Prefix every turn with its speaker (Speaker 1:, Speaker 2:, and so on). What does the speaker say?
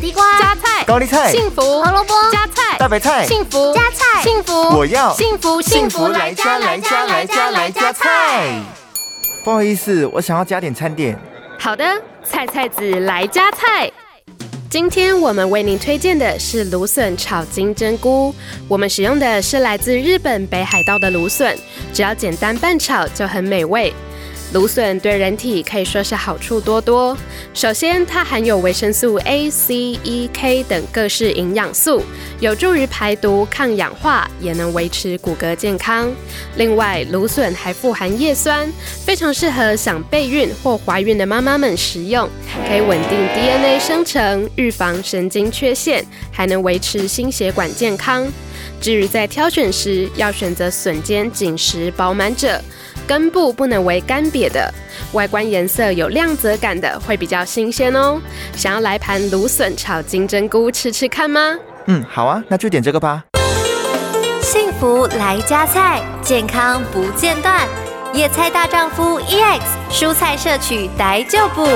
Speaker 1: 地瓜、
Speaker 2: 加菜、
Speaker 3: 高丽菜、
Speaker 2: 幸福、
Speaker 1: 胡萝卜、
Speaker 2: 加菜、
Speaker 3: 大白菜、
Speaker 2: 幸福、
Speaker 1: 加菜
Speaker 2: 幸福，
Speaker 3: 我要
Speaker 2: 幸福
Speaker 3: 幸福来家来家来家来家菜。不好意思，我想要加点餐点。
Speaker 2: 好的，菜菜子来加菜。今天我们为您推荐的是芦笋炒金针菇，我们使用的是来自日本北海道的芦笋，只要简单拌炒就很美味。芦笋对人体可以说是好处多多。首先，它含有维生素 A、C、E、K 等各式营养素，有助于排毒、抗氧化，也能维持骨骼健康。另外，芦笋还富含叶酸，非常适合想备孕或怀孕的妈妈们食用，可以稳定 DNA 生成，预防神经缺陷，还能维持心血管健康。至于在挑选时，要选择笋尖紧实饱满者，根部不能为干瘪的，外观颜色有亮泽感的会比较新鲜哦。想要来盘芦笋炒金针菇吃吃看吗？
Speaker 3: 嗯，好啊，那就点这个吧。
Speaker 1: 幸福来加菜，健康不 E 间断。野菜大丈夫 EX 蔬菜摄取逮就补。